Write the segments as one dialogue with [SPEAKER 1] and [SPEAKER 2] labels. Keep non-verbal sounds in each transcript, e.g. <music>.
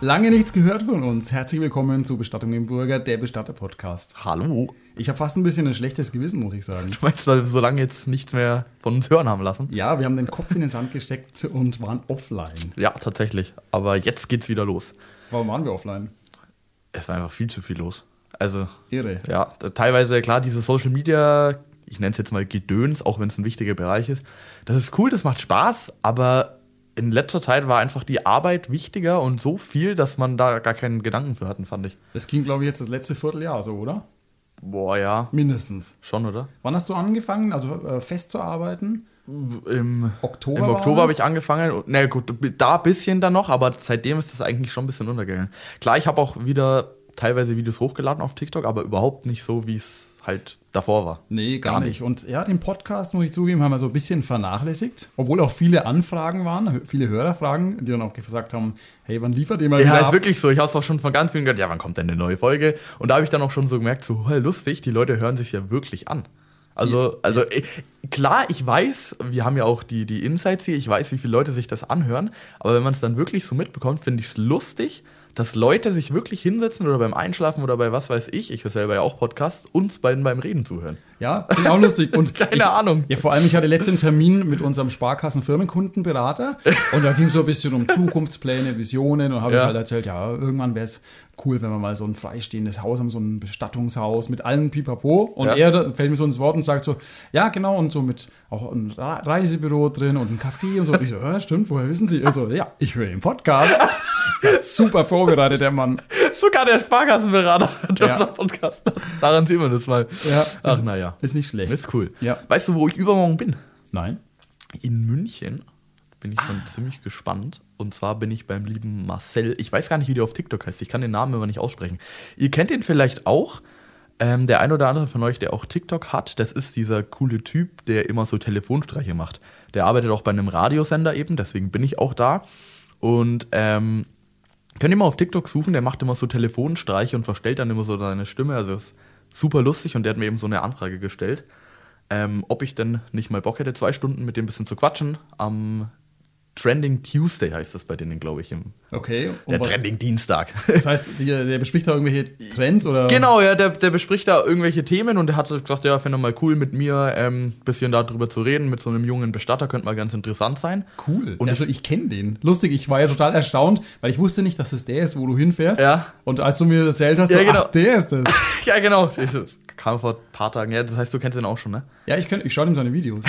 [SPEAKER 1] Lange nichts gehört von uns. Herzlich willkommen zu Bestattung im Burger, der Bestatter-Podcast.
[SPEAKER 2] Hallo.
[SPEAKER 1] Ich habe fast ein bisschen ein schlechtes Gewissen, muss ich sagen.
[SPEAKER 2] Du meinst, weil wir so lange jetzt nichts mehr von uns hören haben lassen?
[SPEAKER 1] Ja, wir haben den Kopf in den Sand gesteckt und waren offline.
[SPEAKER 2] Ja, tatsächlich. Aber jetzt geht's wieder los.
[SPEAKER 1] Warum waren wir offline?
[SPEAKER 2] Es war einfach viel zu viel los. Also,
[SPEAKER 1] Irre.
[SPEAKER 2] ja, t- teilweise, klar, diese Social Media, ich nenne es jetzt mal Gedöns, auch wenn es ein wichtiger Bereich ist. Das ist cool, das macht Spaß, aber in letzter Zeit war einfach die Arbeit wichtiger und so viel, dass man da gar keinen Gedanken für hatten, fand ich.
[SPEAKER 1] Das ging, glaube ich, jetzt das letzte Vierteljahr so, oder?
[SPEAKER 2] Boah, ja.
[SPEAKER 1] Mindestens.
[SPEAKER 2] Schon, oder?
[SPEAKER 1] Wann hast du angefangen, also äh, festzuarbeiten?
[SPEAKER 2] Im
[SPEAKER 1] Oktober
[SPEAKER 2] Im
[SPEAKER 1] war
[SPEAKER 2] Oktober habe
[SPEAKER 1] das?
[SPEAKER 2] ich angefangen. und- Na gut, da ein bisschen dann noch, aber seitdem ist das eigentlich schon ein bisschen untergegangen. Klar, ich habe auch wieder teilweise Videos hochgeladen auf TikTok, aber überhaupt nicht so, wie es halt davor war.
[SPEAKER 1] Nee, gar,
[SPEAKER 2] Gar
[SPEAKER 1] nicht. Und ja, den Podcast, muss ich zugeben, haben wir so ein bisschen vernachlässigt. Obwohl auch viele Anfragen waren, viele Hörerfragen, die dann auch gesagt haben, hey, wann liefert ihr mal
[SPEAKER 2] Ja,
[SPEAKER 1] wieder
[SPEAKER 2] ist
[SPEAKER 1] ab?
[SPEAKER 2] wirklich so. Ich habe es auch schon von ganz vielen gehört, ja, wann kommt denn eine neue Folge? Und da habe ich dann auch schon so gemerkt, so, hey, lustig, die Leute hören sich ja wirklich an. Also, also eh, klar, ich weiß, wir haben ja auch die, die Insights hier, ich weiß, wie viele Leute sich das anhören, aber wenn man es dann wirklich so mitbekommt, finde ich es lustig, dass Leute sich wirklich hinsetzen oder beim Einschlafen oder bei was weiß ich, ich höre selber ja auch Podcasts, uns beiden beim Reden zuhören.
[SPEAKER 1] Ja, finde ich auch lustig. Und
[SPEAKER 2] <laughs> Keine
[SPEAKER 1] ich,
[SPEAKER 2] Ahnung.
[SPEAKER 1] Ja, vor allem, ich hatte letzten Termin mit unserem Sparkassen-Firmenkundenberater und da ging es so ein bisschen
[SPEAKER 2] <laughs>
[SPEAKER 1] um Zukunftspläne, Visionen und habe
[SPEAKER 2] Ja.
[SPEAKER 1] ich halt erzählt, ja, irgendwann wäre es cool, wenn wir mal so ein freistehendes Haus haben, so ein Bestattungshaus mit allem Pipapo. Und
[SPEAKER 2] Ja.
[SPEAKER 1] er da- fällt mir so ins Wort und sagt so, ja, genau, und so mit auch ein Ra- Reisebüro drin und ein Café und so. Ich so, ja, stimmt, woher wissen Sie? Er so, ja, ich höre den Podcast. Super vorbereitet, der Mann.
[SPEAKER 2] <laughs> Sogar der Sparkassenberater hat
[SPEAKER 1] Ja.
[SPEAKER 2] unseren Podcast. Daran sieht man das mal.
[SPEAKER 1] Ja.
[SPEAKER 2] Ach, naja.
[SPEAKER 1] Ist nicht schlecht.
[SPEAKER 2] Ist cool.
[SPEAKER 1] Ja.
[SPEAKER 2] Weißt du, wo ich übermorgen bin?
[SPEAKER 1] Nein.
[SPEAKER 2] in München. Bin ich schon ziemlich gespannt. Und zwar bin ich beim lieben Marcel. Ich weiß gar nicht, wie der auf TikTok heißt. Ich kann den Namen immer nicht aussprechen. Ihr kennt ihn vielleicht auch. Ähm, der ein oder andere von euch, der auch TikTok hat, das ist dieser coole Typ, der immer so Telefonstreiche macht. Der arbeitet auch bei einem Radiosender eben, deswegen bin ich auch da. Und ähm, Könnt ihr mal auf TikTok suchen, der macht immer so Telefonstreiche und verstellt dann immer so seine Stimme. Also ist super lustig und der hat mir eben so eine Anfrage gestellt, ähm, ob ich denn nicht mal Bock hätte, zwei Stunden mit dem ein bisschen zu quatschen. Am Trending Tuesday heißt das bei denen, glaube ich. Im,
[SPEAKER 1] Okay. und
[SPEAKER 2] der
[SPEAKER 1] was-
[SPEAKER 2] Trending Dienstag. <laughs>
[SPEAKER 1] Das heißt, die, der bespricht da irgendwelche Trends oder.
[SPEAKER 2] Genau, ja, der, der bespricht da irgendwelche Themen und der hat gesagt, ja, finde mal cool mit mir, ähm, bisschen darüber zu reden, mit so einem jungen Bestatter könnte mal ganz interessant sein.
[SPEAKER 1] Cool.
[SPEAKER 2] Und
[SPEAKER 1] also ich kenne den. Lustig, ich war ja total erstaunt, weil ich wusste nicht, dass es der ist, wo du hinfährst.
[SPEAKER 2] Ja.
[SPEAKER 1] Und als du mir erzählt hast,
[SPEAKER 2] Ja,
[SPEAKER 1] so,
[SPEAKER 2] genau.
[SPEAKER 1] ach, der ist das.
[SPEAKER 2] <laughs> ja, genau. Ich- Das kam vor ein paar Tagen. Ja, das heißt, du kennst ihn auch schon, ne?
[SPEAKER 1] <laughs> ja, ich, könnt- ich schaue ihm seine
[SPEAKER 2] <laughs>
[SPEAKER 1] Videos.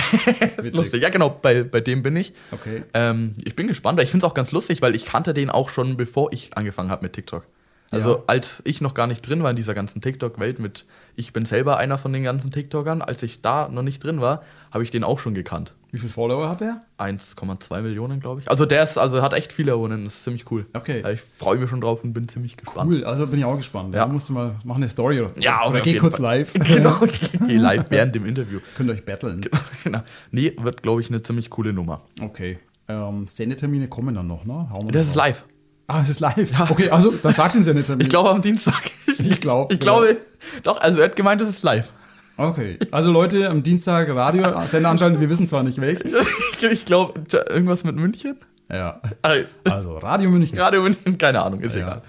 [SPEAKER 1] Witzig.
[SPEAKER 2] Lustig, ja genau, bei, bei dem bin ich.
[SPEAKER 1] Okay.
[SPEAKER 2] Ähm, ich bin gespannt, weil ich finde es auch ganz lustig, weil ich kannte den auch schon, bevor ich angefangen habe mit TikTok. Also
[SPEAKER 1] Ja.
[SPEAKER 2] als ich noch gar nicht drin war in dieser ganzen TikTok-Welt mit, ich bin selber einer von den ganzen TikTokern, als ich da noch nicht drin war, habe ich den auch schon gekannt.
[SPEAKER 1] Wie viele Follower hat der?
[SPEAKER 2] 1,2 Millionen, glaube ich. Also der ist, also hat echt viele Abonnenten, das ist ziemlich cool.
[SPEAKER 1] Okay.
[SPEAKER 2] Ich freue mich schon drauf und bin ziemlich gespannt.
[SPEAKER 1] Cool, also bin ich auch gespannt.
[SPEAKER 2] Ja.
[SPEAKER 1] musst du mal machen eine Story.
[SPEAKER 2] Ja, auf
[SPEAKER 1] oder geh
[SPEAKER 2] jeden
[SPEAKER 1] kurz
[SPEAKER 2] Fall.
[SPEAKER 1] live.
[SPEAKER 2] <laughs> Genau,
[SPEAKER 1] <laughs>
[SPEAKER 2] geh live während dem Interview. <laughs>
[SPEAKER 1] Könnt ihr euch battlen.
[SPEAKER 2] genau. Nee, wird, glaube ich, eine ziemlich coole Nummer.
[SPEAKER 1] Okay. Ähm, Sendetermine kommen dann noch, ne? Hauen wir
[SPEAKER 2] Das
[SPEAKER 1] noch
[SPEAKER 2] ist
[SPEAKER 1] raus.
[SPEAKER 2] live.
[SPEAKER 1] Ah, es ist live. Okay, also dann sag
[SPEAKER 2] <laughs>
[SPEAKER 1] den Sendetermin.
[SPEAKER 2] Ich glaube am Dienstag.
[SPEAKER 1] Ich glaub, genau.
[SPEAKER 2] Ich glaube, doch, also er hat gemeint, es ist live.
[SPEAKER 1] Okay. Also Leute, am Dienstag Radiosender anschalten, wir wissen zwar nicht welchen.
[SPEAKER 2] Ich, ich glaube, irgendwas mit München?
[SPEAKER 1] Ja.
[SPEAKER 2] Ah,
[SPEAKER 1] Also Radio München.
[SPEAKER 2] Radio München, keine Ahnung, ist egal.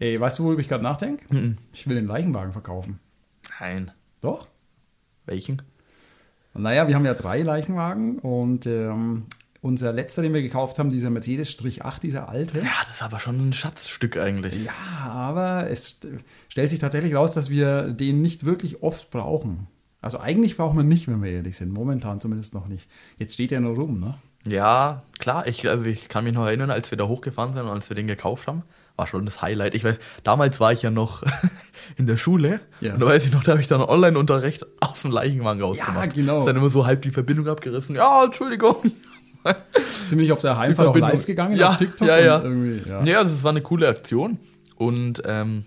[SPEAKER 1] Ey, weißt du, worüber ich gerade nachdenke?
[SPEAKER 2] Mhm.
[SPEAKER 1] Ich will den Leichenwagen verkaufen.
[SPEAKER 2] Nein.
[SPEAKER 1] Doch?
[SPEAKER 2] Welchen?
[SPEAKER 1] Naja, wir haben ja drei Leichenwagen und ähm, unser letzter, den wir gekauft haben, dieser Mercedes-8, dieser alte.
[SPEAKER 2] Ja, das ist aber schon ein Schatzstück eigentlich.
[SPEAKER 1] Ja, aber es st stellt sich tatsächlich raus, dass wir den nicht wirklich oft brauchen. Also eigentlich brauchen wir ihn nicht, wenn wir ehrlich sind. Momentan zumindest noch nicht. Jetzt steht er nur rum, ne?
[SPEAKER 2] Ja, klar, ich, glaub, ich kann mich noch erinnern, als wir da hochgefahren sind und als wir den gekauft haben, war schon das Highlight. Ich weiß, damals war ich ja noch <laughs> in der Schule
[SPEAKER 1] Ja.
[SPEAKER 2] und da weiß ich noch, da habe ich dann Online-Unterricht aus dem Leichenwagen rausgemacht.
[SPEAKER 1] genau.
[SPEAKER 2] Ist dann immer so halb die Verbindung abgerissen. Ja, Entschuldigung,
[SPEAKER 1] Sind wir nicht auf der Heimfahrt halt auch
[SPEAKER 2] Verbindung.
[SPEAKER 1] live gegangen
[SPEAKER 2] ja,
[SPEAKER 1] auf TikTok?
[SPEAKER 2] Ja,
[SPEAKER 1] und
[SPEAKER 2] ja.
[SPEAKER 1] Irgendwie, ja.
[SPEAKER 2] ja, also es war eine coole Aktion. Und ähm,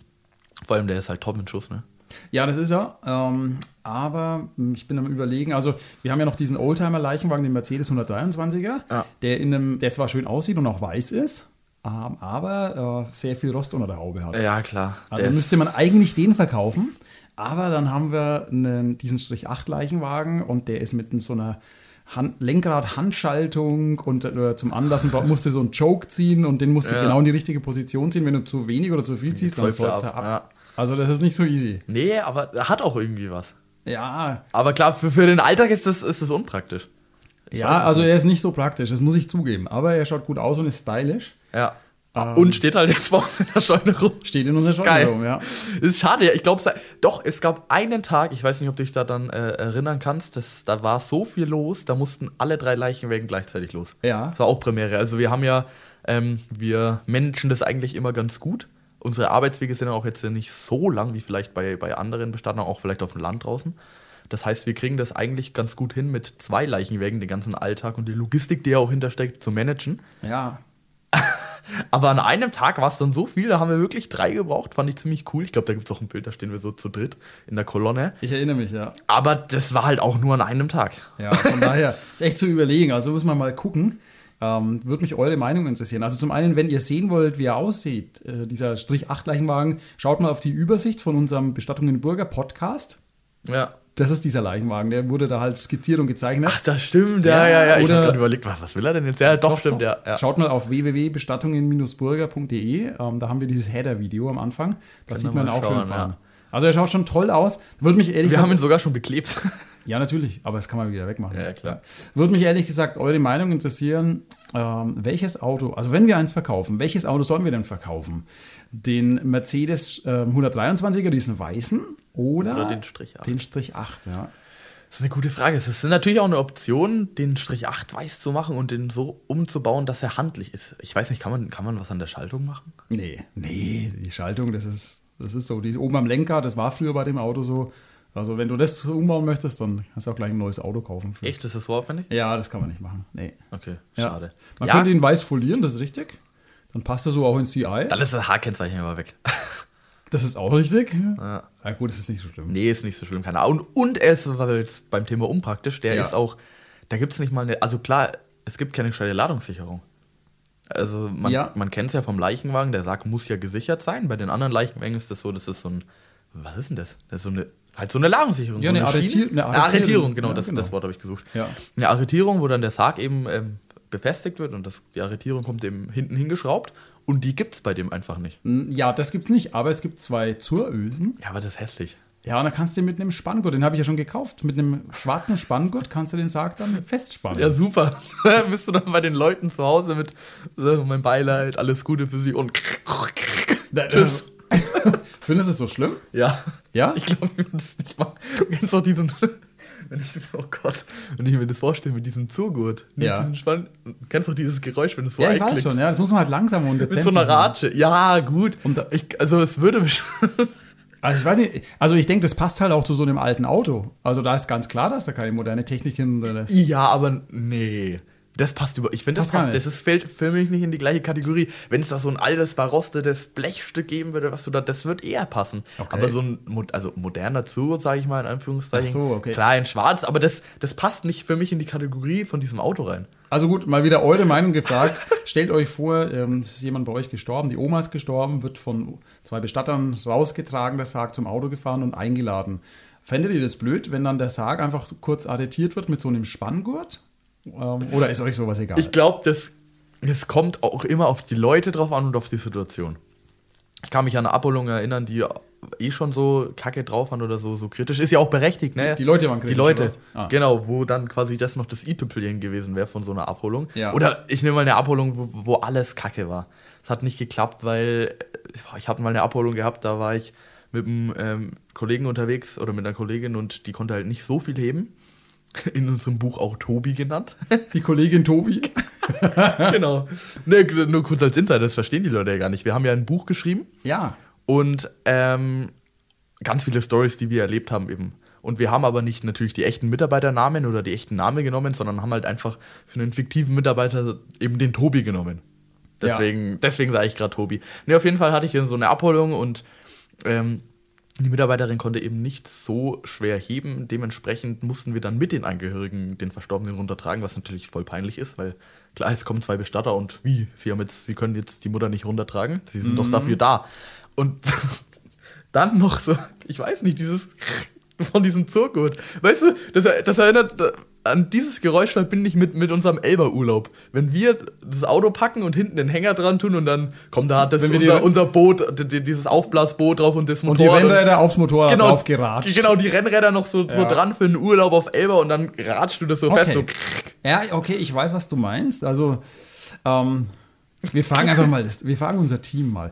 [SPEAKER 2] vor allem, der ist halt top im Schuss, ne?
[SPEAKER 1] Ja, das ist er. Ähm, aber mh, ich bin am Überlegen. Also, wir haben ja noch diesen Oldtimer-Leichenwagen, den Mercedes 123er,
[SPEAKER 2] Ja.
[SPEAKER 1] der, in einem, der zwar schön aussieht und auch weiß ist, ähm, aber äh, sehr viel Rost unter der Haube hat.
[SPEAKER 2] Ja, klar.
[SPEAKER 1] also
[SPEAKER 2] der
[SPEAKER 1] müsste
[SPEAKER 2] ist-
[SPEAKER 1] man eigentlich den verkaufen. Aber dann haben wir einen, diesen Strich 8 Leichenwagen und der ist mit so einer Hand, Lenkrad-Handschaltung und äh, zum Anlassen bra- musste so einen Choke ziehen und den musste
[SPEAKER 2] Ja.
[SPEAKER 1] genau in die richtige Position ziehen. Wenn du zu wenig oder zu viel ziehst, dann
[SPEAKER 2] säuft er
[SPEAKER 1] säuft er
[SPEAKER 2] ab,
[SPEAKER 1] ab. Also das ist nicht so easy.
[SPEAKER 2] Nee, aber er hat auch irgendwie was.
[SPEAKER 1] Ja,
[SPEAKER 2] Aber klar, für, für den Alltag ist das, ist das unpraktisch. Ich weiß
[SPEAKER 1] Ja,
[SPEAKER 2] es
[SPEAKER 1] also
[SPEAKER 2] nicht.
[SPEAKER 1] er ist nicht so praktisch, das muss ich zugeben. Aber er schaut gut aus und ist stylisch.
[SPEAKER 2] Ja.
[SPEAKER 1] Ähm.
[SPEAKER 2] Und steht halt jetzt bei uns in der Scheune rum.
[SPEAKER 1] Steht in unserer
[SPEAKER 2] Geil.
[SPEAKER 1] Scheune rum, ja.
[SPEAKER 2] Ist schade, ja. ich glaube, doch, es gab einen Tag, ich weiß nicht, ob du dich da dann äh, erinnern kannst, das, da war so viel los, da mussten alle drei Leichenwägen gleichzeitig los.
[SPEAKER 1] Ja.
[SPEAKER 2] Das war auch Premiere. Also wir haben ja, ähm, wir managen das eigentlich immer ganz gut. Unsere Arbeitswege sind ja auch jetzt nicht so lang wie vielleicht bei, bei anderen Bestattern, auch vielleicht auf dem Land draußen. Das heißt, wir kriegen das eigentlich ganz gut hin, mit zwei Leichenwägen den ganzen Alltag und die Logistik, die ja auch hintersteckt, zu managen.
[SPEAKER 1] Ja.
[SPEAKER 2] Aber an einem Tag war es dann so viel, da haben wir wirklich drei gebraucht, fand ich ziemlich cool. Ich glaube, da gibt es auch ein Bild, da stehen wir so zu dritt in der Kolonne.
[SPEAKER 1] Ich erinnere mich, ja.
[SPEAKER 2] Aber das war halt auch nur an einem Tag.
[SPEAKER 1] Ja, von daher <laughs> ist echt zu überlegen. Also muss man mal gucken. Ähm, Würde mich eure Meinung interessieren. Also zum einen, wenn ihr sehen wollt, wie er aussieht, äh, dieser Strich 8 Leichenwagen, schaut mal auf die Übersicht von unserem Bestattung in Burger Podcast.
[SPEAKER 2] <laughs> Ja.
[SPEAKER 1] Das ist dieser Leichenwagen, der wurde da halt skizziert und gezeichnet.
[SPEAKER 2] Ach, das stimmt, ja, ja, ja. Ich
[SPEAKER 1] Oder-
[SPEAKER 2] habe gerade überlegt, was, was will er denn jetzt? Ja, doch, stimmt, ja. ja.
[SPEAKER 1] Schaut mal auf www.bestattungen-burger.de. Ähm, da haben wir dieses Header-Video am Anfang. Da sieht
[SPEAKER 2] wir
[SPEAKER 1] man
[SPEAKER 2] mal
[SPEAKER 1] auch
[SPEAKER 2] schauen,
[SPEAKER 1] schön fahren.
[SPEAKER 2] ja.
[SPEAKER 1] Also er schaut schon toll aus. Würde mich ehrlich
[SPEAKER 2] Wir
[SPEAKER 1] gesagt,
[SPEAKER 2] haben ihn sogar schon beklebt. <laughs>
[SPEAKER 1] ja natürlich, aber das kann man wieder wegmachen.
[SPEAKER 2] Ja, klar.
[SPEAKER 1] Würde mich ehrlich gesagt eure Meinung interessieren. Ähm, welches Auto, also wenn wir eins verkaufen, welches Auto sollen wir denn verkaufen? Den Mercedes ähm, 123er, diesen weißen oder,
[SPEAKER 2] Oder den Strich 8.
[SPEAKER 1] Den Strich 8, ja.
[SPEAKER 2] Das ist eine gute Frage. Es ist natürlich auch eine Option, den Strich 8 weiß zu machen und den so umzubauen, dass er handlich ist. Ich weiß nicht, kann man, kann man was an der Schaltung machen?
[SPEAKER 1] Nee, nee, die Schaltung, das ist, das ist so. Die ist oben am Lenker, das war früher bei dem Auto so. Also, wenn du das umbauen möchtest, dann kannst du auch gleich ein neues Auto kaufen. für-
[SPEAKER 2] Echt? Ist das so aufwendig?
[SPEAKER 1] Ja, das kann man nicht machen. Nee.
[SPEAKER 2] Okay,
[SPEAKER 1] Ja.
[SPEAKER 2] schade.
[SPEAKER 1] Man könnte ihn weiß folieren, das ist richtig. Dann passt er so auch ins CI.
[SPEAKER 2] dann ist das Haarkennzeichen immer weg.
[SPEAKER 1] Das ist auch richtig.
[SPEAKER 2] Ja.
[SPEAKER 1] Ja, gut, das ist nicht so schlimm.
[SPEAKER 2] Nee, ist nicht so schlimm, keine Ahnung. Und, und er ist, weil wir jetzt beim Thema unpraktisch, der
[SPEAKER 1] Ja.
[SPEAKER 2] ist auch, da gibt es nicht mal eine, also klar, es gibt keine gescheite Ladungssicherung. Also man,
[SPEAKER 1] Ja.
[SPEAKER 2] man kennt es ja vom Leichenwagen, der Sarg muss ja gesichert sein. Bei den anderen Leichenwagen ist das so, das ist so ein, was ist denn das? Das ist so eine, halt so eine Ladungssicherung.
[SPEAKER 1] Ja,
[SPEAKER 2] so
[SPEAKER 1] eine
[SPEAKER 2] Schiene.
[SPEAKER 1] Arretier- eine
[SPEAKER 2] Eine Arretierung,
[SPEAKER 1] Arretierung,
[SPEAKER 2] genau,
[SPEAKER 1] ja,
[SPEAKER 2] das,
[SPEAKER 1] genau.
[SPEAKER 2] das Wort habe ich gesucht.
[SPEAKER 1] Ja.
[SPEAKER 2] Eine Arretierung, wo dann der Sarg eben ähm, befestigt wird und das, die Arretierung kommt eben hinten hingeschraubt und die gibt es bei dem einfach
[SPEAKER 1] Hm.
[SPEAKER 2] nicht.
[SPEAKER 1] Ja, das gibt's nicht, aber es gibt zwei Zurösen.
[SPEAKER 2] Ja, aber das ist hässlich.
[SPEAKER 1] Ja, und dann kannst du mit einem Spanngurt, den habe ich ja schon gekauft, mit einem schwarzen Spanngurt kannst du den Sarg dann festspannen.
[SPEAKER 2] Ja, super. <laughs> Da bist du dann bei den Leuten zu Hause mit so, mein Beileid, alles Gute für sie und
[SPEAKER 1] Da-
[SPEAKER 2] tschüss.
[SPEAKER 1] <laughs> Findest du es so schlimm?
[SPEAKER 2] Ja.
[SPEAKER 1] Ja?
[SPEAKER 2] Ich glaube, ich würde das nicht machen. Du kennst doch diesen, <laughs> wenn ich, oh Gott, wenn ich mir das vorstelle, mit diesem Zugurt, mit
[SPEAKER 1] Ja.
[SPEAKER 2] diesem Spann, kennst du dieses Geräusch, wenn du so
[SPEAKER 1] Ja, ich weiß
[SPEAKER 2] einklickst?
[SPEAKER 1] schon, ja, das muss man halt langsam und dezent
[SPEAKER 2] Mit so einer
[SPEAKER 1] machen.
[SPEAKER 2] Ratsche. Ja, gut.
[SPEAKER 1] Und da-
[SPEAKER 2] ich, also es würde mich. <laughs>
[SPEAKER 1] Also ich weiß nicht, also ich denke, das passt halt auch zu so einem alten Auto. Also da ist ganz klar, dass da keine moderne Technik hin drin ist.
[SPEAKER 2] ja, aber nee. Das passt über. Ich finde, das
[SPEAKER 1] Passt gar
[SPEAKER 2] passt.
[SPEAKER 1] nicht.
[SPEAKER 2] Das ist, fällt für mich nicht in die gleiche Kategorie. Wenn es da so ein altes, verrostetes Blechstück geben würde, was du da, das wird eher passen.
[SPEAKER 1] Okay.
[SPEAKER 2] Aber so ein mo- also moderner Zug, sage ich mal, in Anführungszeichen.
[SPEAKER 1] Ach so, okay.
[SPEAKER 2] Klar, in schwarz, aber das, das passt nicht für mich in die Kategorie von diesem Auto rein.
[SPEAKER 1] Also gut, mal wieder eure Meinung
[SPEAKER 2] <laughs>
[SPEAKER 1] gefragt. Stellt euch vor, ähm, es ist jemand bei euch gestorben, die Oma ist gestorben, wird von zwei Bestattern rausgetragen, der Sarg zum Auto gefahren und eingeladen. Fändet ihr das blöd, wenn dann der Sarg einfach so kurz arretiert wird mit so einem Spanngurt? Ähm, oder ist euch sowas egal?
[SPEAKER 2] Ich glaube, das, das kommt auch immer auf die Leute drauf an und auf die Situation. Ich kann mich an eine Abholung erinnern, die eh schon so kacke drauf waren oder so, so kritisch. Ist ja auch berechtigt, ne?
[SPEAKER 1] Die- die Leute waren kritisch,
[SPEAKER 2] Die Leute,
[SPEAKER 1] oder was? Ah.
[SPEAKER 2] genau, wo dann quasi das noch das i-Tüpfelchen gewesen wäre von so einer Abholung.
[SPEAKER 1] Ja.
[SPEAKER 2] Oder ich nehme mal eine Abholung, wo, wo alles kacke war. Es hat nicht geklappt, weil boah, ich habe mal eine Abholung gehabt, da war ich mit einem ähm, Kollegen unterwegs oder mit einer Kollegin und die konnte halt nicht so viel heben. <laughs> In unserem Buch auch Tobi genannt
[SPEAKER 1] die Kollegin
[SPEAKER 2] <laughs>
[SPEAKER 1] Tobi.
[SPEAKER 2] genau. Nee, nur kurz als Insider, das verstehen die Leute ja gar nicht. Wir haben ja ein Buch geschrieben
[SPEAKER 1] Ja,
[SPEAKER 2] und ähm, ganz viele Stories, die wir erlebt haben eben. Und wir haben aber nicht natürlich die echten Mitarbeiternamen oder die echten Namen genommen, sondern haben halt einfach für einen fiktiven Mitarbeiter eben den Tobi genommen. Deswegen, deswegen sage ich gerade Tobi. Ne, auf jeden Fall hatte ich hier so eine Abholung und ähm, die Mitarbeiterin konnte eben nicht so schwer heben. Dementsprechend mussten wir dann mit den Angehörigen den Verstorbenen runtertragen, was natürlich voll peinlich ist, weil klar, es kommen zwei Bestatter und wie? Sie, haben jetzt, sie können jetzt die Mutter nicht runtertragen. Sie sind doch dafür da. Und <laughs> dann noch so, ich weiß nicht, dieses <laughs> von diesem Zurgurt. Weißt du, das, das erinnert äh, an dieses Geräusch verbinde ich mit, mit unserem Elba-Urlaub. Wenn wir das Auto packen und hinten den Hänger dran tun und dann kommt da das
[SPEAKER 1] Wenn wir die-
[SPEAKER 2] unser, unser Boot, d- d- dieses Aufblasboot drauf und das
[SPEAKER 1] Und die
[SPEAKER 2] Motorrad.
[SPEAKER 1] Rennräder aufs Motorrad
[SPEAKER 2] genau,
[SPEAKER 1] drauf geratscht.
[SPEAKER 2] Genau, die Rennräder noch so, so
[SPEAKER 1] Ja.
[SPEAKER 2] dran für einen Urlaub auf Elba und dann ratschst du das so fest. So.
[SPEAKER 1] Ja, okay, ich weiß, was du meinst. Also, ähm, wir fragen einfach mal, das- wir fragen unser Team mal,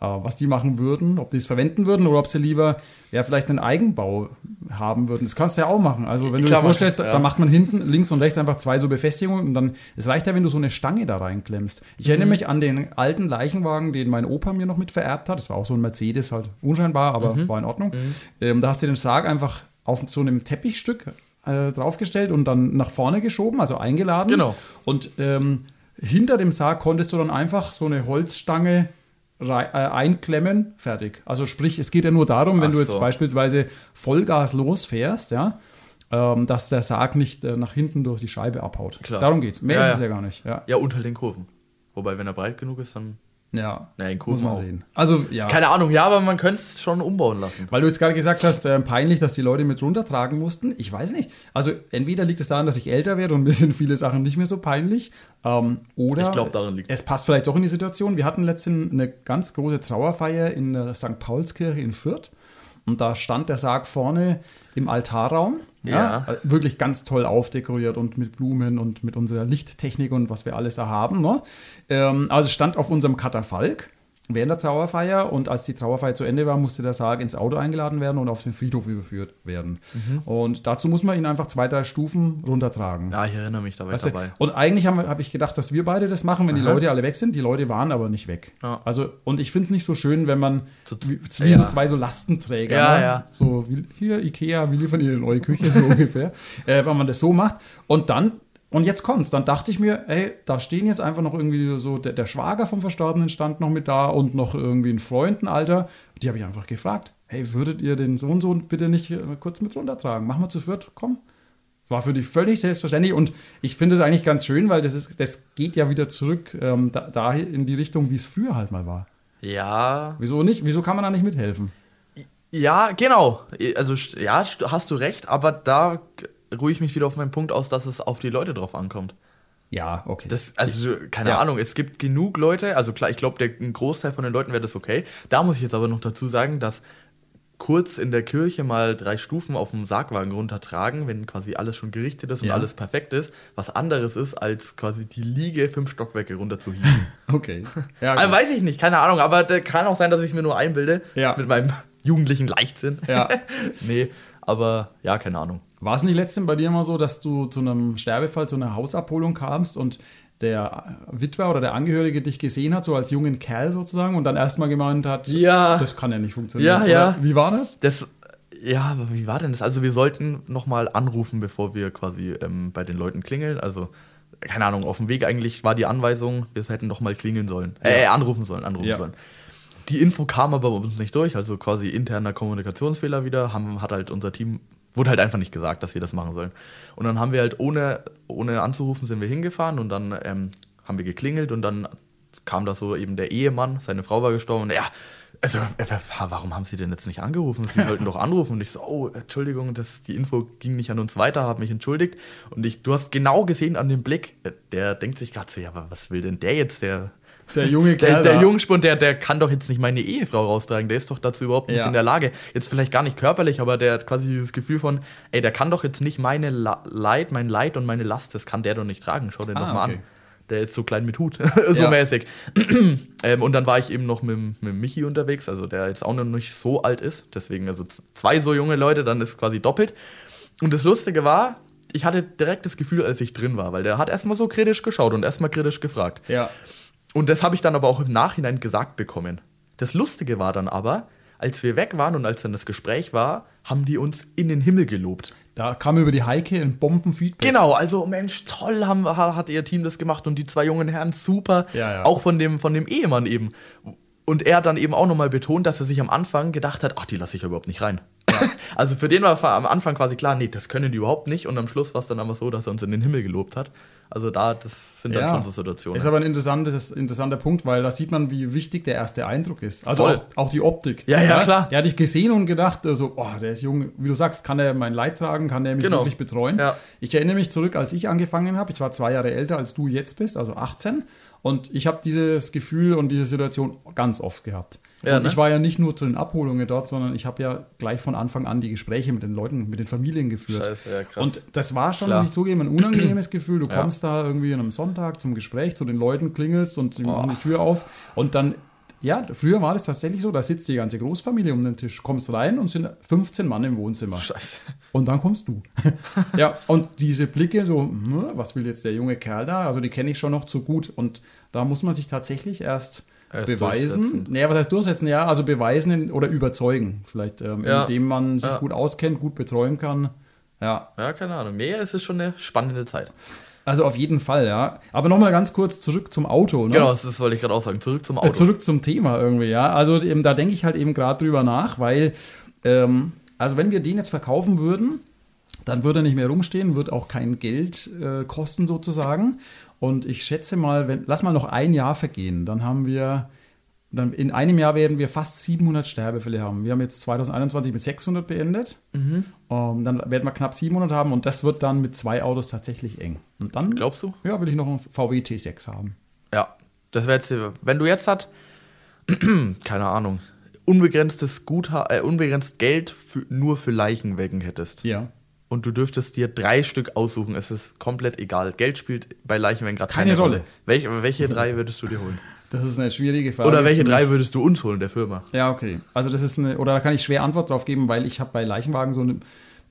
[SPEAKER 1] äh, was die machen würden, ob die es verwenden würden oder ob sie lieber ja, vielleicht einen Eigenbau haben würden. Das kannst du ja auch machen. Also, wenn du
[SPEAKER 2] Klar,
[SPEAKER 1] dir vorstellst,
[SPEAKER 2] ja.
[SPEAKER 1] da macht man hinten links und rechts einfach zwei so Befestigungen und dann ist leichter, wenn du so eine Stange da reinklemmst. Ich erinnere
[SPEAKER 2] Mhm.
[SPEAKER 1] mich an den alten Leichenwagen, den mein Opa mir noch mit vererbt hat. Das war auch so ein Mercedes, halt unscheinbar, aber
[SPEAKER 2] Mhm.
[SPEAKER 1] war in Ordnung. Ähm, da hast du den Sarg einfach auf so einem Teppichstück äh, draufgestellt und dann nach vorne geschoben, also eingeladen.
[SPEAKER 2] Genau.
[SPEAKER 1] Und ähm, hinter dem Sarg konntest du dann einfach so eine Holzstange rei- äh, einklemmen, fertig. Also sprich, es geht ja nur darum, wenn
[SPEAKER 2] Ach
[SPEAKER 1] du jetzt
[SPEAKER 2] so.
[SPEAKER 1] beispielsweise Vollgas losfährst, ja, ähm, dass der Sarg nicht äh, nach hinten durch die Scheibe abhaut.
[SPEAKER 2] Klar.
[SPEAKER 1] Darum geht's. Mehr
[SPEAKER 2] Ja,
[SPEAKER 1] ist
[SPEAKER 2] ja.
[SPEAKER 1] es ja gar nicht. Ja.
[SPEAKER 2] Ja, unter den Kurven. Wobei, wenn er breit genug ist, dann.
[SPEAKER 1] ja.
[SPEAKER 2] Na, in Kurven
[SPEAKER 1] Muss man
[SPEAKER 2] auch.
[SPEAKER 1] sehen. Also ja.
[SPEAKER 2] Keine Ahnung, ja, aber man könnte es schon umbauen lassen.
[SPEAKER 1] Weil du jetzt gerade gesagt hast, äh, peinlich, dass die Leute mit runtertragen mussten. Ich weiß nicht. Also entweder liegt es daran, dass ich älter werde und mir <laughs> sind viele Sachen nicht mehr so peinlich. Ähm, oder
[SPEAKER 2] Ich glaub, daran liegt's.
[SPEAKER 1] es passt vielleicht doch in die Situation. Wir hatten letztens eine ganz große Trauerfeier in der St. Paulskirche in Fürth. Und da stand der Sarg vorne im Altarraum.
[SPEAKER 2] Ja.
[SPEAKER 1] Äh, Wirklich ganz toll aufdekoriert und mit Blumen und mit unserer Lichttechnik und was wir alles da haben. Ne? Ähm, also es stand auf unserem Katafalk während der Trauerfeier und als die Trauerfeier zu Ende war, musste der Sarg ins Auto eingeladen werden und auf den Friedhof überführt werden. Und dazu muss man ihn einfach zwei, drei Stufen runtertragen.
[SPEAKER 2] Mhm. Ja, ich erinnere mich, da war ich
[SPEAKER 1] Weißt du,
[SPEAKER 2] dabei.
[SPEAKER 1] und eigentlich habe hab ich gedacht, dass wir beide das machen, wenn die Leute alle weg sind. Die Leute waren aber nicht weg.
[SPEAKER 2] Ja.
[SPEAKER 1] Also, und ich finde es nicht so schön, wenn man
[SPEAKER 2] Zu-
[SPEAKER 1] wie, wie
[SPEAKER 2] ja.
[SPEAKER 1] zwei so Lastenträger,
[SPEAKER 2] Ja,
[SPEAKER 1] ne?
[SPEAKER 2] ja.
[SPEAKER 1] so wie, hier Ikea, wir liefern ihnen eure Küche, so <laughs> ungefähr, äh, wenn man das so macht. Und dann, und jetzt kommt's, dann dachte ich mir, ey, da stehen jetzt einfach noch irgendwie so, der, der Schwager vom Verstorbenen stand noch mit da und noch irgendwie ein Freund, ein Alter. Die habe ich einfach gefragt, hey, würdet ihr den Sohn Sohn bitte nicht äh, kurz mit runtertragen? Machen wir zu viert, komm. War für dich völlig selbstverständlich und ich finde es eigentlich ganz schön, weil das ist, das geht ja wieder zurück ähm, da, da in die Richtung, wie es früher halt mal war.
[SPEAKER 2] Ja.
[SPEAKER 1] Wieso nicht? Wieso kann man da nicht mithelfen?
[SPEAKER 2] Ja, genau. Also, st- ja, st- hast du recht, aber da ruhe ich mich wieder auf meinen Punkt aus, dass es auf die Leute drauf ankommt.
[SPEAKER 1] Ja, okay.
[SPEAKER 2] Das, also, keine
[SPEAKER 1] Ja.
[SPEAKER 2] Ahnung, es gibt genug Leute, also klar, ich glaube, der ein Großteil von den Leuten wäre das okay. Da muss ich jetzt aber noch dazu sagen, dass kurz in der Kirche mal drei Stufen auf dem Sargwagen runtertragen, wenn quasi alles schon gerichtet ist und
[SPEAKER 1] Ja.
[SPEAKER 2] alles perfekt ist, was anderes ist, als quasi die Liege fünf Stockwerke runterzuhieven.
[SPEAKER 1] okay. Ja,
[SPEAKER 2] <laughs> Also
[SPEAKER 1] gut.
[SPEAKER 2] weiß ich nicht, keine Ahnung, aber da kann auch sein, dass ich mir nur einbilde
[SPEAKER 1] Ja.
[SPEAKER 2] mit meinem <laughs> jugendlichen Leichtsinn.
[SPEAKER 1] Ja.
[SPEAKER 2] <laughs> nee, aber ja, keine Ahnung.
[SPEAKER 1] War es nicht letztens bei dir mal so, dass du zu einem Sterbefall, zu einer Hausabholung kamst und der Witwer oder der Angehörige dich gesehen hat, so als jungen Kerl sozusagen, und dann erstmal gemeint hat,
[SPEAKER 2] Ja.
[SPEAKER 1] das kann ja nicht funktionieren.
[SPEAKER 2] Ja, ja.
[SPEAKER 1] Oder Wie war das?
[SPEAKER 2] Das, ja, aber wie war denn das? Also wir sollten nochmal anrufen, bevor wir quasi ähm, bei den Leuten klingeln. Also, keine Ahnung, auf dem Weg eigentlich war die Anweisung, wir hätten doch mal klingeln sollen. Äh, anrufen sollen, anrufen
[SPEAKER 1] Ja.
[SPEAKER 2] sollen. Die Info kam aber bei uns nicht durch, also quasi interner Kommunikationsfehler wieder, haben, hat halt unser Team, wurde halt einfach nicht gesagt, dass wir das machen sollen. Und dann haben wir halt ohne, ohne anzurufen, sind wir hingefahren und dann ähm, haben wir geklingelt und dann kam da so eben der Ehemann, seine Frau war gestorben und ja, also äh, warum haben sie denn jetzt nicht angerufen? Sie sollten doch anrufen. Und ich so, oh, Entschuldigung, das, die Info ging nicht an uns weiter, habe mich entschuldigt. Und ich, du hast genau gesehen an dem Blick, äh, der denkt sich gerade so, ja, aber was will denn der jetzt, der
[SPEAKER 1] Der junge
[SPEAKER 2] der,
[SPEAKER 1] Kerl
[SPEAKER 2] der
[SPEAKER 1] da.
[SPEAKER 2] Jungspund, der, der kann doch jetzt nicht meine Ehefrau raustragen. Der ist doch dazu überhaupt nicht
[SPEAKER 1] Ja.
[SPEAKER 2] in der Lage. Jetzt vielleicht gar nicht körperlich, aber der hat quasi dieses Gefühl von, ey, der kann doch jetzt nicht meine La Leid, mein Leid und meine Last, das kann der doch nicht tragen. Schau den
[SPEAKER 1] Ah,
[SPEAKER 2] doch mal
[SPEAKER 1] okay.
[SPEAKER 2] an. Der ist so klein mit Hut, <laughs> so
[SPEAKER 1] Ja.
[SPEAKER 2] mäßig. <clears throat> ähm, und dann war ich eben noch mit, dem- mit dem Michi unterwegs, also der jetzt auch noch nicht so alt ist. Deswegen, also z- zwei so junge Leute, dann ist quasi doppelt. Und das Lustige war, ich hatte direkt das Gefühl, als ich drin war, weil der hat erstmal so kritisch geschaut und erstmal kritisch gefragt.
[SPEAKER 1] Ja.
[SPEAKER 2] Und das habe ich dann aber auch im Nachhinein gesagt bekommen. Das Lustige war dann aber, als wir weg waren und als dann das Gespräch war, haben die uns in den Himmel gelobt.
[SPEAKER 1] Da kam über die Heike ein Bombenfeedback.
[SPEAKER 2] Genau, also Mensch, toll haben, ha- hat ihr Team das gemacht und die zwei jungen Herren super.
[SPEAKER 1] Ja, ja.
[SPEAKER 2] Auch von dem, von dem Ehemann eben. Und er hat dann eben auch nochmal betont, dass er sich am Anfang gedacht hat, ach, die lasse ich ja überhaupt nicht rein. <laughs> Also für den war fa- am Anfang quasi klar, nee, das können die überhaupt nicht. Und am Schluss war es dann aber so, dass er uns in den Himmel gelobt hat. Also da, das sind dann schon so Situationen.
[SPEAKER 1] Ist aber ein interessantes, interessanter Punkt, weil da sieht man, wie wichtig der erste Eindruck ist. Also
[SPEAKER 2] Voll.
[SPEAKER 1] auch, auch die Optik.
[SPEAKER 2] Ja, ja, klar.
[SPEAKER 1] Der hat dich gesehen und gedacht, äh, so, oh, der ist jung, wie du sagst, kann er mein Leid tragen, kann er mich
[SPEAKER 2] Genau.
[SPEAKER 1] wirklich betreuen.
[SPEAKER 2] Ja.
[SPEAKER 1] Ich erinnere mich zurück, als ich angefangen habe, ich war zwei Jahre älter, als du jetzt bist, also 18. Und ich habe dieses Gefühl und diese Situation ganz oft gehabt.
[SPEAKER 2] Ja,
[SPEAKER 1] und
[SPEAKER 2] ne?
[SPEAKER 1] ich war ja nicht nur zu den Abholungen dort, sondern ich habe ja gleich von Anfang an die Gespräche mit den Leuten, mit den Familien geführt.
[SPEAKER 2] Scheiße, ja, krass.
[SPEAKER 1] Und das war schon,
[SPEAKER 2] Klar.
[SPEAKER 1] muss ich zugeben, ein unangenehmes
[SPEAKER 2] <clears throat>
[SPEAKER 1] Gefühl. Du
[SPEAKER 2] Ja.
[SPEAKER 1] kommst da irgendwie an einem Sonntag zum Gespräch zu den Leuten, klingelst und die machen die Tür auf. Und dann, ja, früher war das tatsächlich so, da sitzt die ganze Großfamilie um den Tisch, kommst rein und sind 15 Mann im Wohnzimmer.
[SPEAKER 2] Scheiße.
[SPEAKER 1] Und dann kommst du. ja, und diese Blicke so, hm, was will jetzt der junge Kerl da? Also die kenne ich schon noch zu gut. Und da muss man sich tatsächlich erst,
[SPEAKER 2] Erst
[SPEAKER 1] beweisen.
[SPEAKER 2] durchsetzen.
[SPEAKER 1] Nee, was heißt durchsetzen? Ja, also beweisen in, oder überzeugen. Vielleicht, ähm,
[SPEAKER 2] Ja.
[SPEAKER 1] indem man sich
[SPEAKER 2] Ja.
[SPEAKER 1] gut auskennt, gut betreuen kann. Ja,
[SPEAKER 2] Ja, keine Ahnung. Nee, es ist schon eine spannende Zeit.
[SPEAKER 1] also auf jeden Fall, ja. Aber nochmal ganz kurz zurück zum Auto. Ne?
[SPEAKER 2] Genau, das ist- wollte ich gerade auch sagen. Zurück zum
[SPEAKER 1] Äh,
[SPEAKER 2] Auto.
[SPEAKER 1] Zurück zum Thema irgendwie, ja. Also eben, da denke ich halt eben gerade drüber nach, weil, ähm, also wenn wir den jetzt verkaufen würden, dann würde er nicht mehr rumstehen, wird auch kein Geld äh, kosten sozusagen. Und ich schätze mal, wenn, lass mal noch ein Jahr vergehen, dann haben wir, dann in einem Jahr werden wir fast 700 Sterbefälle haben. Wir haben jetzt 2021 mit 600 beendet.
[SPEAKER 2] Mhm.
[SPEAKER 1] Ähm, dann werden wir knapp 700 haben und das wird dann mit zwei Autos tatsächlich eng. Und dann,
[SPEAKER 2] Glaubst du?
[SPEAKER 1] ja, will ich noch einen VW T6 haben.
[SPEAKER 2] Ja, das wäre jetzt, wenn du jetzt hat, <clears throat> keine Ahnung, unbegrenztes Gutha äh, unbegrenzt Geld für, nur für Leichenwägen hättest.
[SPEAKER 1] Ja.
[SPEAKER 2] Und du dürftest dir drei Stück aussuchen. Es ist komplett egal. Geld spielt bei Leichenwägen gerade
[SPEAKER 1] Keine
[SPEAKER 2] keine,
[SPEAKER 1] Rolle.
[SPEAKER 2] Rolle. Welche, welche drei würdest du dir holen?
[SPEAKER 1] Das ist eine schwierige Frage.
[SPEAKER 2] Oder welche
[SPEAKER 1] für mich.
[SPEAKER 2] drei würdest du uns holen, der Firma?
[SPEAKER 1] Ja, okay. Also das ist eine, oder da kann ich schwer Antwort drauf geben, weil ich habe bei Leichenwagen so ein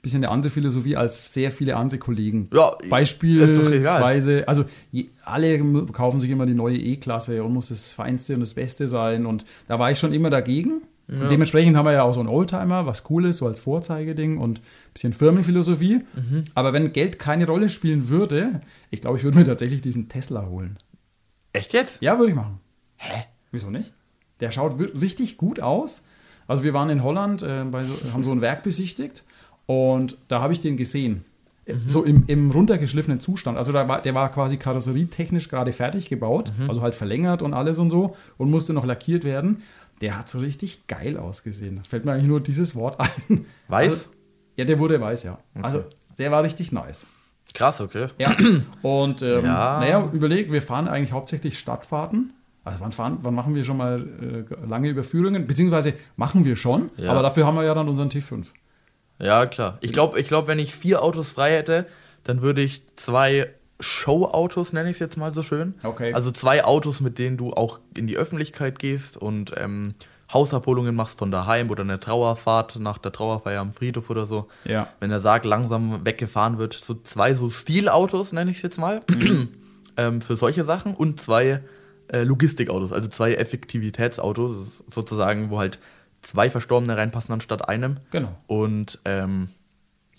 [SPEAKER 1] bisschen eine andere Philosophie als sehr viele andere Kollegen.
[SPEAKER 2] Ja, ist doch egal.
[SPEAKER 1] Beispielsweise, also je, alle m- kaufen sich immer die neue E-Klasse und muss das Feinste und das Beste sein und da war ich schon immer dagegen. Und dementsprechend haben wir ja auch so einen Oldtimer, was cool ist, so als Vorzeigeding und ein bisschen Firmenphilosophie.
[SPEAKER 2] Mhm.
[SPEAKER 1] Aber wenn Geld keine Rolle spielen würde, ich glaube, ich würde mir tatsächlich diesen Tesla holen.
[SPEAKER 2] Echt jetzt?
[SPEAKER 1] Ja, würde ich machen.
[SPEAKER 2] Hä?
[SPEAKER 1] Wieso nicht? Der schaut wir- richtig gut aus. Also wir waren in Holland, äh, bei so, haben so ein Werk besichtigt und da habe ich den gesehen. Äh, So im, im runtergeschliffenen Zustand. Also da war, der war quasi karosserietechnisch gerade fertig gebaut, also halt verlängert und alles und so und musste noch lackiert werden. Der hat so richtig geil ausgesehen. Da fällt mir eigentlich nur dieses Wort ein.
[SPEAKER 2] Weiß?
[SPEAKER 1] Also, ja, der wurde weiß, ja. Also der war richtig nice.
[SPEAKER 2] Krass, okay.
[SPEAKER 1] Ja. <clears throat> Und ähm,
[SPEAKER 2] Ja.
[SPEAKER 1] naja, überleg, wir fahren eigentlich hauptsächlich Stadtfahrten. Also wann, fahren, wann machen wir schon mal äh, lange Überführungen? Beziehungsweise machen wir schon,
[SPEAKER 2] Ja.
[SPEAKER 1] aber dafür haben wir ja dann unseren T5.
[SPEAKER 2] <clears throat> Ja, klar. Ich glaube, ich glaub, wenn ich vier Autos frei hätte, dann würde ich zwei Show-Autos, nenne ich es jetzt mal so schön.
[SPEAKER 1] Okay.
[SPEAKER 2] Also zwei Autos, mit denen du auch in die Öffentlichkeit gehst und ähm, Hausabholungen machst von daheim oder eine Trauerfahrt nach der Trauerfeier am Friedhof oder so.
[SPEAKER 1] Ja.
[SPEAKER 2] Wenn der Sarg langsam weggefahren wird. So zwei so Stilautos, nenne ich es jetzt mal,
[SPEAKER 1] Mhm.
[SPEAKER 2] ähm, für solche Sachen und zwei äh, Logistikautos, also zwei Effektivitätsautos sozusagen, wo halt zwei Verstorbene reinpassen anstatt einem.
[SPEAKER 1] Genau.
[SPEAKER 2] Und ähm,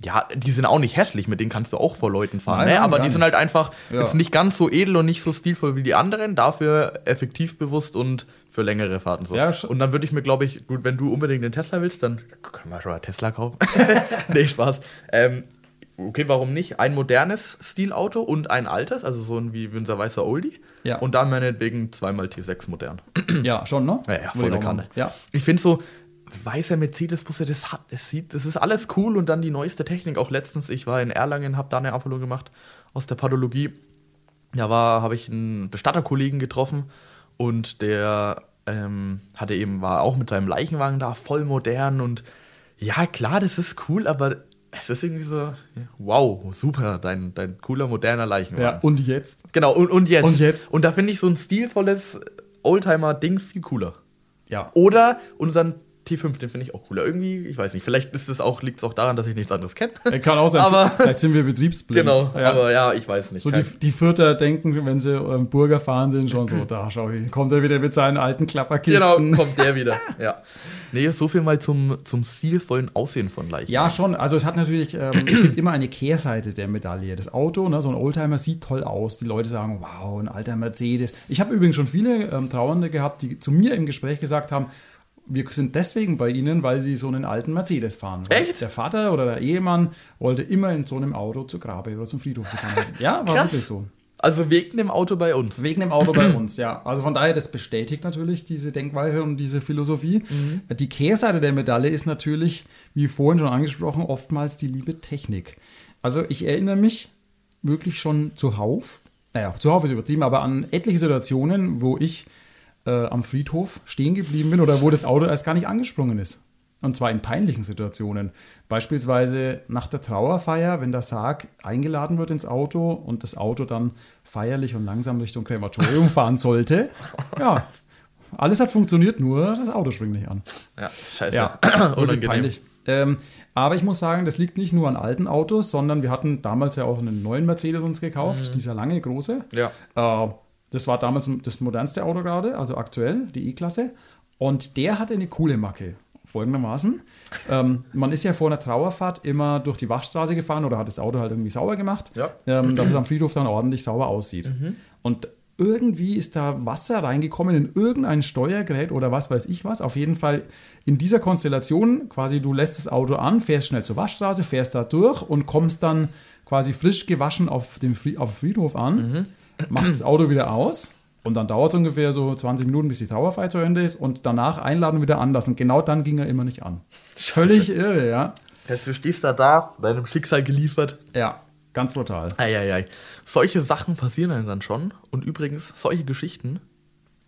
[SPEAKER 2] ja, die sind auch nicht hässlich, mit denen kannst du auch vor Leuten fahren.
[SPEAKER 1] Nein,
[SPEAKER 2] ne?
[SPEAKER 1] nein,
[SPEAKER 2] Aber
[SPEAKER 1] gar
[SPEAKER 2] die sind
[SPEAKER 1] nicht.
[SPEAKER 2] halt einfach
[SPEAKER 1] Ja.
[SPEAKER 2] jetzt nicht ganz so edel und nicht so stilvoll wie die anderen, dafür effektiv bewusst und für längere Fahrten so.
[SPEAKER 1] Ja, sch-
[SPEAKER 2] und dann würde ich mir, glaube ich, gut, wenn du unbedingt den Tesla willst, dann können wir schon mal Tesla kaufen. <laughs> nee, Spaß. Ähm, okay, warum nicht? Ein modernes Stilauto und ein altes, also so ein wie unser weißer Oldie.
[SPEAKER 1] Ja.
[SPEAKER 2] Und dann meinetwegen zweimal T6 modern.
[SPEAKER 1] Ja, schon, ne?
[SPEAKER 2] Ja, ja
[SPEAKER 1] Würde ich
[SPEAKER 2] volle
[SPEAKER 1] auch
[SPEAKER 2] Kanne.
[SPEAKER 1] machen. Ja.
[SPEAKER 2] Ich finde so, weißer Mercedes-Busse, das hat, das sieht, das ist alles cool und dann die neueste Technik. Auch letztens, ich war in Erlangen, habe da eine Abholung gemacht aus der Pathologie. Da war, habe ich einen Bestatterkollegen getroffen und der ähm, hatte eben, war auch mit seinem Leichenwagen da, voll modern und ja, klar, das ist cool, aber es ist irgendwie so, ja, wow, super, dein, dein cooler, moderner Leichenwagen.
[SPEAKER 1] ja. Und jetzt?
[SPEAKER 2] genau, und, und jetzt.
[SPEAKER 1] Und jetzt?
[SPEAKER 2] Und da finde ich so ein stilvolles Oldtimer-Ding viel cooler.
[SPEAKER 1] Ja.
[SPEAKER 2] Oder unseren P5, den finde ich auch cooler. Irgendwie, ich weiß nicht, vielleicht ist es auch, liegt es auch daran, dass ich nichts anderes kenne.
[SPEAKER 1] Äh, Kann auch sein,
[SPEAKER 2] <laughs> Aber-
[SPEAKER 1] vielleicht sind wir betriebsblind.
[SPEAKER 2] genau,
[SPEAKER 1] Ja.
[SPEAKER 2] aber ja, ich weiß nicht.
[SPEAKER 1] so die,
[SPEAKER 2] Kein-
[SPEAKER 1] die Vierter denken, wenn sie ähm, Burger fahren, sind schon so, da schau ich, kommt er wieder mit seinen alten Klapperkisten.
[SPEAKER 2] genau, kommt
[SPEAKER 1] <laughs>
[SPEAKER 2] der wieder. Ja. Nee, so viel mal zum, zum stilvollen Aussehen von Leichen.
[SPEAKER 1] Ja, schon. Also es hat natürlich, ähm, es gibt immer eine Kehrseite der Medaille. Das Auto, ne, so ein Oldtimer sieht toll aus. Die Leute sagen, wow, ein alter Mercedes. Ich habe übrigens schon viele ähm, Trauernde gehabt, die zu mir im Gespräch gesagt haben, wir sind deswegen bei Ihnen, weil Sie so einen alten Mercedes fahren. Weil
[SPEAKER 2] Echt?
[SPEAKER 1] Der Vater oder der Ehemann wollte immer in so einem Auto zu Grabe oder zum Friedhof gefahren werden. Ja, war
[SPEAKER 2] Krass.
[SPEAKER 1] wirklich so.
[SPEAKER 2] Also wegen dem Auto bei uns.
[SPEAKER 1] Wegen dem Auto bei uns, ja. Also von daher, das bestätigt natürlich diese Denkweise und diese Philosophie. Die Kehrseite der Medaille ist natürlich, wie vorhin schon angesprochen, oftmals die liebe Technik. Also ich erinnere mich wirklich schon zuhauf, naja, zuhauf ist übertrieben, aber an etliche Situationen, wo ich äh, am Friedhof stehen geblieben bin oder wo das Auto erst gar nicht angesprungen ist. Und zwar in peinlichen Situationen. Beispielsweise nach der Trauerfeier, wenn der Sarg eingeladen wird ins Auto und das Auto dann feierlich und langsam Richtung Krematorium fahren sollte. Ja, alles hat funktioniert, nur das Auto springt nicht an.
[SPEAKER 2] Ja, scheiße. <clears throat>
[SPEAKER 1] Ja, wirklich
[SPEAKER 2] Unangenehm.
[SPEAKER 1] peinlich. Ähm, aber ich muss sagen, das liegt nicht nur an alten Autos, sondern wir hatten damals ja auch einen neuen Mercedes uns gekauft, dieser lange, große.
[SPEAKER 2] Mhm. Ja.
[SPEAKER 1] Äh, das war damals das modernste Auto gerade, also aktuell, die E-Klasse. Und der hatte eine coole Macke. Folgendermaßen. Ähm, man ist ja vor einer Trauerfahrt immer durch die Waschstraße gefahren oder hat das Auto halt irgendwie sauber gemacht,
[SPEAKER 2] Ja.
[SPEAKER 1] ähm, dass es am Friedhof dann ordentlich sauber aussieht. Und irgendwie ist da Wasser reingekommen in irgendein Steuergerät oder was weiß ich was. Auf jeden Fall in dieser Konstellation quasi, du lässt das Auto an, fährst schnell zur Waschstraße, fährst da durch und kommst dann quasi frisch gewaschen auf dem Fri auf dem Friedhof an, machst das Auto wieder aus und dann dauert es ungefähr so 20 Minuten, bis die Trauerfeier zu Ende ist und danach einladen und wieder anlassen. Genau dann ging er immer nicht an. Völlig irre, ja.
[SPEAKER 2] Heißt, du stehst da da, deinem Schicksal geliefert.
[SPEAKER 1] Ja, ganz brutal.
[SPEAKER 2] Eieiei. Solche Sachen passieren einem dann schon. Und übrigens, solche Geschichten,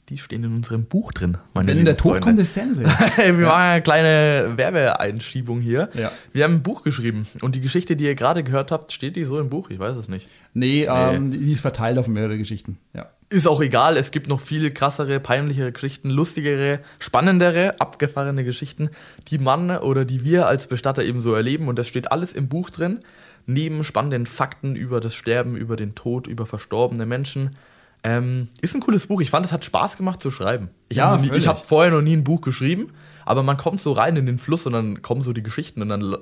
[SPEAKER 2] die stehen in unserem Buch drin, meine
[SPEAKER 1] Wenn
[SPEAKER 2] lieben
[SPEAKER 1] der Tod
[SPEAKER 2] Freunde.
[SPEAKER 1] kommt, ist <laughs> Sense.
[SPEAKER 2] Hey, <laughs> wir machen eine kleine Werbeeinschiebung hier.
[SPEAKER 1] Ja.
[SPEAKER 2] Wir haben ein Buch geschrieben und die Geschichte, die ihr gerade gehört habt, steht die so im Buch? Ich weiß es nicht.
[SPEAKER 1] Nee, ähm, die ist verteilt auf mehrere Geschichten. Ja.
[SPEAKER 2] Ist auch egal, es gibt noch viel krassere, peinlichere Geschichten, lustigere, spannendere, abgefahrene Geschichten, die man oder die wir als Bestatter eben so erleben. Und das steht alles im Buch drin, neben spannenden Fakten über das Sterben, über den Tod, über verstorbene Menschen. Ähm, ist ein cooles Buch. Ich fand, es hat Spaß gemacht zu schreiben. Ich
[SPEAKER 1] Ja,
[SPEAKER 2] habe nie- ich
[SPEAKER 1] völlig.
[SPEAKER 2] hab vorher noch nie ein Buch geschrieben, aber man kommt so rein in den Fluss und dann kommen so die Geschichten und dann l-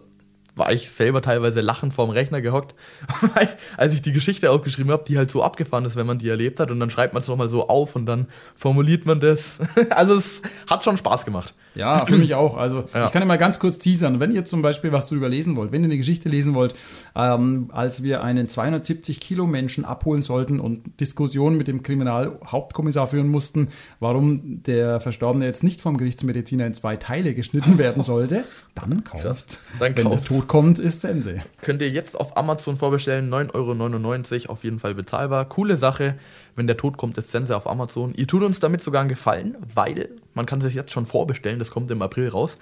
[SPEAKER 2] war ich selber teilweise lachend vorm Rechner gehockt, <laughs> weil, als ich die Geschichte aufgeschrieben habe, die halt so abgefahren ist, wenn man die erlebt hat und dann schreibt man es nochmal so auf und dann formuliert man das. <laughs> Also es hat schon Spaß gemacht. <clears throat>
[SPEAKER 1] Ja, für mich auch. Also
[SPEAKER 2] Ja.
[SPEAKER 1] ich kann ja mal ganz kurz teasern. Wenn ihr zum Beispiel was drüber lesen wollt, wenn ihr eine Geschichte lesen wollt, ähm, als wir einen 270 Kilo Menschen abholen sollten und Diskussionen mit dem Kriminalhauptkommissar führen mussten, warum der Verstorbene jetzt nicht vom Gerichtsmediziner in zwei Teile geschnitten
[SPEAKER 2] <laughs>
[SPEAKER 1] werden sollte, dann kauft.
[SPEAKER 2] Dann
[SPEAKER 1] wenn
[SPEAKER 2] kauft's.
[SPEAKER 1] der Tod kommt, ist Sense.
[SPEAKER 2] Könnt ihr jetzt auf Amazon vorbestellen, 9,99 Euro, auf jeden Fall bezahlbar. Coole Sache, wenn der Tod kommt, ist Sense auf Amazon. Ihr tut uns damit sogar einen Gefallen, weil man kann sich jetzt schon vorbestellen, das kommt im April raus.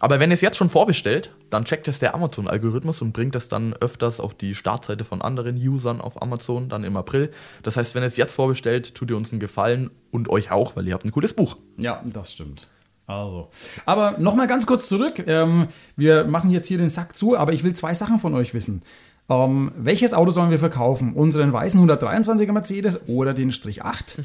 [SPEAKER 2] Aber wenn ihr es jetzt schon vorbestellt, dann checkt es der Amazon-Algorithmus und bringt es dann öfters auf die Startseite von anderen Usern auf Amazon, dann im April. Das heißt, wenn ihr es jetzt vorbestellt, tut ihr uns einen Gefallen und euch auch, weil ihr habt ein cooles Buch.
[SPEAKER 1] Ja, das stimmt. Also. Aber nochmal ganz kurz zurück. Ähm, wir machen jetzt hier den Sack zu, aber ich will zwei Sachen von euch wissen. Ähm, welches Auto sollen wir verkaufen? Unseren weißen 123er Mercedes oder den Strich
[SPEAKER 2] <laughs>
[SPEAKER 1] 8?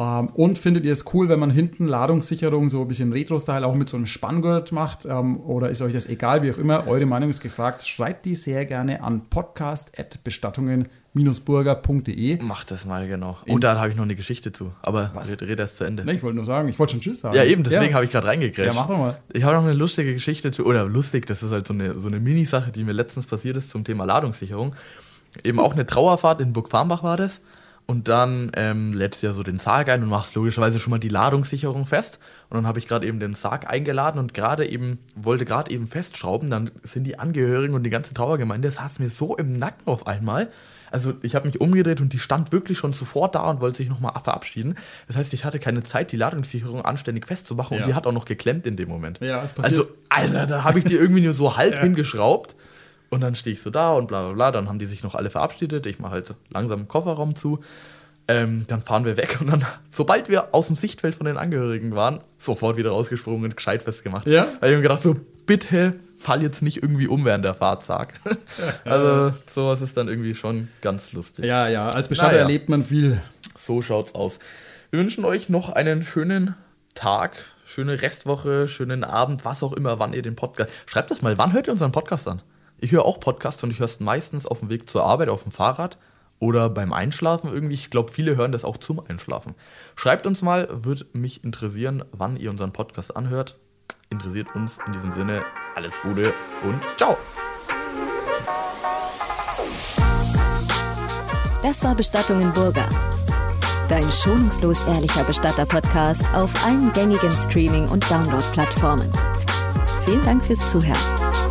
[SPEAKER 1] ähm, und findet ihr es cool, wenn man hinten Ladungssicherung so ein bisschen Retro-Style auch mit so einem Spanngurt macht? Ähm, oder ist euch das egal, wie auch immer? Eure Meinung ist gefragt. Schreibt die sehr gerne an podcast.bestattungen-burger.de.
[SPEAKER 2] Macht das mal genau. Und da habe ich noch eine Geschichte zu, aber
[SPEAKER 1] Was?
[SPEAKER 2] red, red erst zu Ende.
[SPEAKER 1] Ne, Ich wollte nur sagen, ich wollte schon Tschüss sagen.
[SPEAKER 2] Ja, eben, deswegen habe ich gerade reingekriegt.
[SPEAKER 1] Ja, mach doch mal.
[SPEAKER 2] Ich habe noch eine lustige Geschichte zu, oder lustig, das ist halt so eine, so eine Mini-Sache, die mir letztens passiert ist zum Thema Ladungssicherung. Eben auch eine Trauerfahrt in Burg Farmbach war das. Und dann ähm, lädst du ja so den Sarg ein und machst logischerweise schon mal die Ladungssicherung fest. Und dann habe ich gerade eben den Sarg eingeladen und gerade eben, wollte gerade eben festschrauben. Dann sind die Angehörigen und die ganze Trauergemeinde, saß mir so im Nacken auf einmal. Also ich habe mich umgedreht und die stand wirklich schon sofort da und wollte sich nochmal verabschieden. Das heißt, ich hatte keine Zeit, die Ladungssicherung anständig festzumachen
[SPEAKER 1] Ja.
[SPEAKER 2] und die hat auch noch geklemmt in dem Moment.
[SPEAKER 1] Ja, es passiert.
[SPEAKER 2] Also, Alter, da habe ich die irgendwie nur so
[SPEAKER 1] <laughs>
[SPEAKER 2] halb
[SPEAKER 1] Ja.
[SPEAKER 2] hingeschraubt. Und dann stehe ich so da und bla bla bla. Dann haben die sich noch alle verabschiedet. Ich mache halt langsam den Kofferraum zu. Ähm, dann fahren wir weg <laughs> und dann, sobald wir aus dem Sichtfeld von den Angehörigen waren, sofort wieder rausgesprungen und gescheit festgemacht.
[SPEAKER 1] Ja.
[SPEAKER 2] Weil ich mir gedacht, so bitte fall jetzt nicht irgendwie um während der
[SPEAKER 1] <laughs>
[SPEAKER 2] Fahrt, sag. also sowas ist dann irgendwie schon ganz lustig.
[SPEAKER 1] Ja, ja, als Bestatter
[SPEAKER 2] Naja.
[SPEAKER 1] erlebt man viel.
[SPEAKER 2] So schaut's aus. Wir wünschen euch noch einen schönen Tag, schöne Restwoche, schönen Abend, was auch immer, wann ihr den Podcast. Schreibt das mal, wann hört ihr unseren Podcast an? Ich höre auch Podcasts und ich höre es meistens auf dem Weg zur Arbeit, auf dem Fahrrad oder beim Einschlafen irgendwie. Ich glaube, viele hören das auch zum Einschlafen. Schreibt uns mal, wird mich interessieren, wann ihr unseren Podcast anhört. Interessiert uns in diesem Sinne. Alles Gute und ciao.
[SPEAKER 3] Das war Bestattungen Burger. Dein schonungslos ehrlicher Bestatter-Podcast auf allen gängigen Streaming- und Download-Plattformen. Vielen Dank fürs Zuhören.